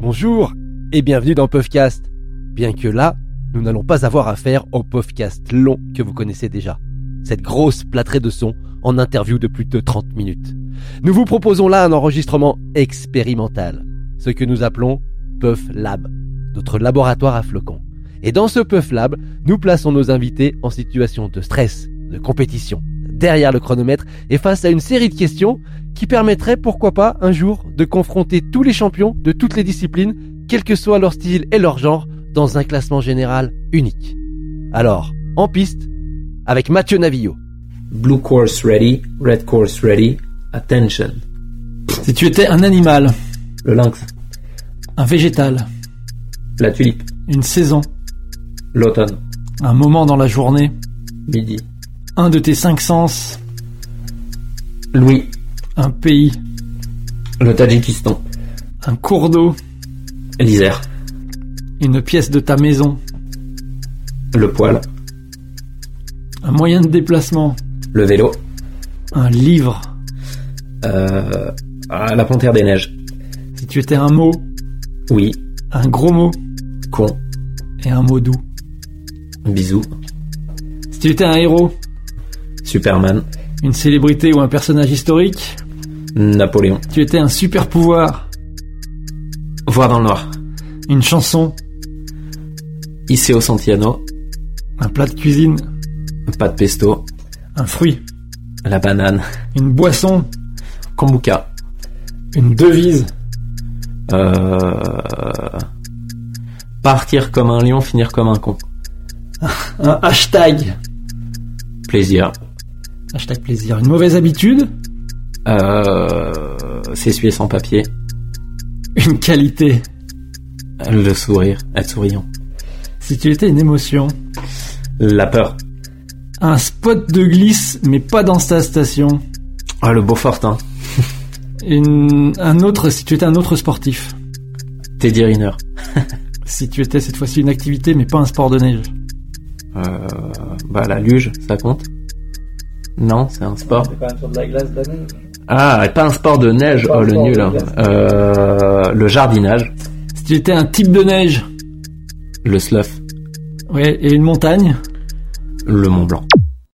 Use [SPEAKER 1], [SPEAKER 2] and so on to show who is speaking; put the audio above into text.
[SPEAKER 1] Bonjour et bienvenue dans Puffcast. Bien que là, nous n'allons pas avoir affaire au Puffcast long que vous connaissez déjà. Cette grosse plâtrée de sons en interview de plus de 30 minutes. Nous vous proposons là un enregistrement expérimental, ce que nous appelons Puff Lab, notre laboratoire à flocons. Et dans ce Puff Lab, nous plaçons nos invités en situation de stress, de compétition, derrière le chronomètre et face à une série de questions qui permettraient, pourquoi pas, un jour, de confronter tous les champions de toutes les disciplines, quel que soit leur style et leur genre, dans un classement général unique. Alors, en piste, avec Mathieu Navillo.
[SPEAKER 2] Blue course ready, red course ready, attention.
[SPEAKER 3] Si tu étais un animal,
[SPEAKER 2] Le lynx,
[SPEAKER 3] un végétal,
[SPEAKER 2] la tulipe,
[SPEAKER 3] une saison,
[SPEAKER 2] l'automne,
[SPEAKER 3] un moment dans la journée,
[SPEAKER 2] midi,
[SPEAKER 3] un de tes cinq sens,
[SPEAKER 2] Louis,
[SPEAKER 3] un pays,
[SPEAKER 2] le Tadjikistan,
[SPEAKER 3] un cours d'eau,
[SPEAKER 2] l'Isère,
[SPEAKER 3] une pièce de ta maison,
[SPEAKER 2] le poêle,
[SPEAKER 3] un moyen de déplacement,
[SPEAKER 2] le vélo,
[SPEAKER 3] un livre,
[SPEAKER 2] euh, ah, la panthère des neiges,
[SPEAKER 3] si tu étais un mot,
[SPEAKER 2] oui,
[SPEAKER 3] un gros mot
[SPEAKER 2] con,
[SPEAKER 3] et un mot doux,
[SPEAKER 2] bisous,
[SPEAKER 3] si tu étais un héros,
[SPEAKER 2] Superman,
[SPEAKER 3] une célébrité ou un personnage historique,
[SPEAKER 2] Napoléon,
[SPEAKER 3] tu étais un super pouvoir,
[SPEAKER 2] voir dans le noir,
[SPEAKER 3] une chanson,
[SPEAKER 2] Iseo Santiano,
[SPEAKER 3] un plat de cuisine,
[SPEAKER 2] pas de pesto,
[SPEAKER 3] un fruit,
[SPEAKER 2] la banane,
[SPEAKER 3] une boisson,
[SPEAKER 2] kombuka,
[SPEAKER 3] une devise,
[SPEAKER 2] euh, partir comme un lion, finir comme un con,
[SPEAKER 3] un hashtag,
[SPEAKER 2] plaisir,
[SPEAKER 3] hashtag plaisir, une mauvaise habitude,
[SPEAKER 2] euh, s'essuyer sans papier,
[SPEAKER 3] une qualité.
[SPEAKER 2] le sourire, être souriant.
[SPEAKER 3] Si tu étais une émotion,
[SPEAKER 2] La peur.
[SPEAKER 3] un spot de glisse, mais pas dans ta station.
[SPEAKER 2] Ah, le Beaufortin.
[SPEAKER 3] Une, un autre, si tu étais un autre sportif.
[SPEAKER 2] Teddy Riner.
[SPEAKER 3] Si tu étais cette fois-ci une activité, mais pas un sport de neige.
[SPEAKER 2] Euh, bah, la luge, ça compte Non, c'est un sport.
[SPEAKER 4] C'est quand même sur de la glace de la neige. hein.
[SPEAKER 2] Ah, et pas un sport de neige.
[SPEAKER 4] Pas
[SPEAKER 2] oh,
[SPEAKER 4] un
[SPEAKER 2] le
[SPEAKER 4] sport
[SPEAKER 2] nul.
[SPEAKER 4] de
[SPEAKER 2] hein.
[SPEAKER 4] glace.
[SPEAKER 2] Euh, le jardinage.
[SPEAKER 3] Si tu étais un type de neige.
[SPEAKER 2] Le slough.
[SPEAKER 3] Ouais, et une montagne.
[SPEAKER 2] Le Mont Blanc.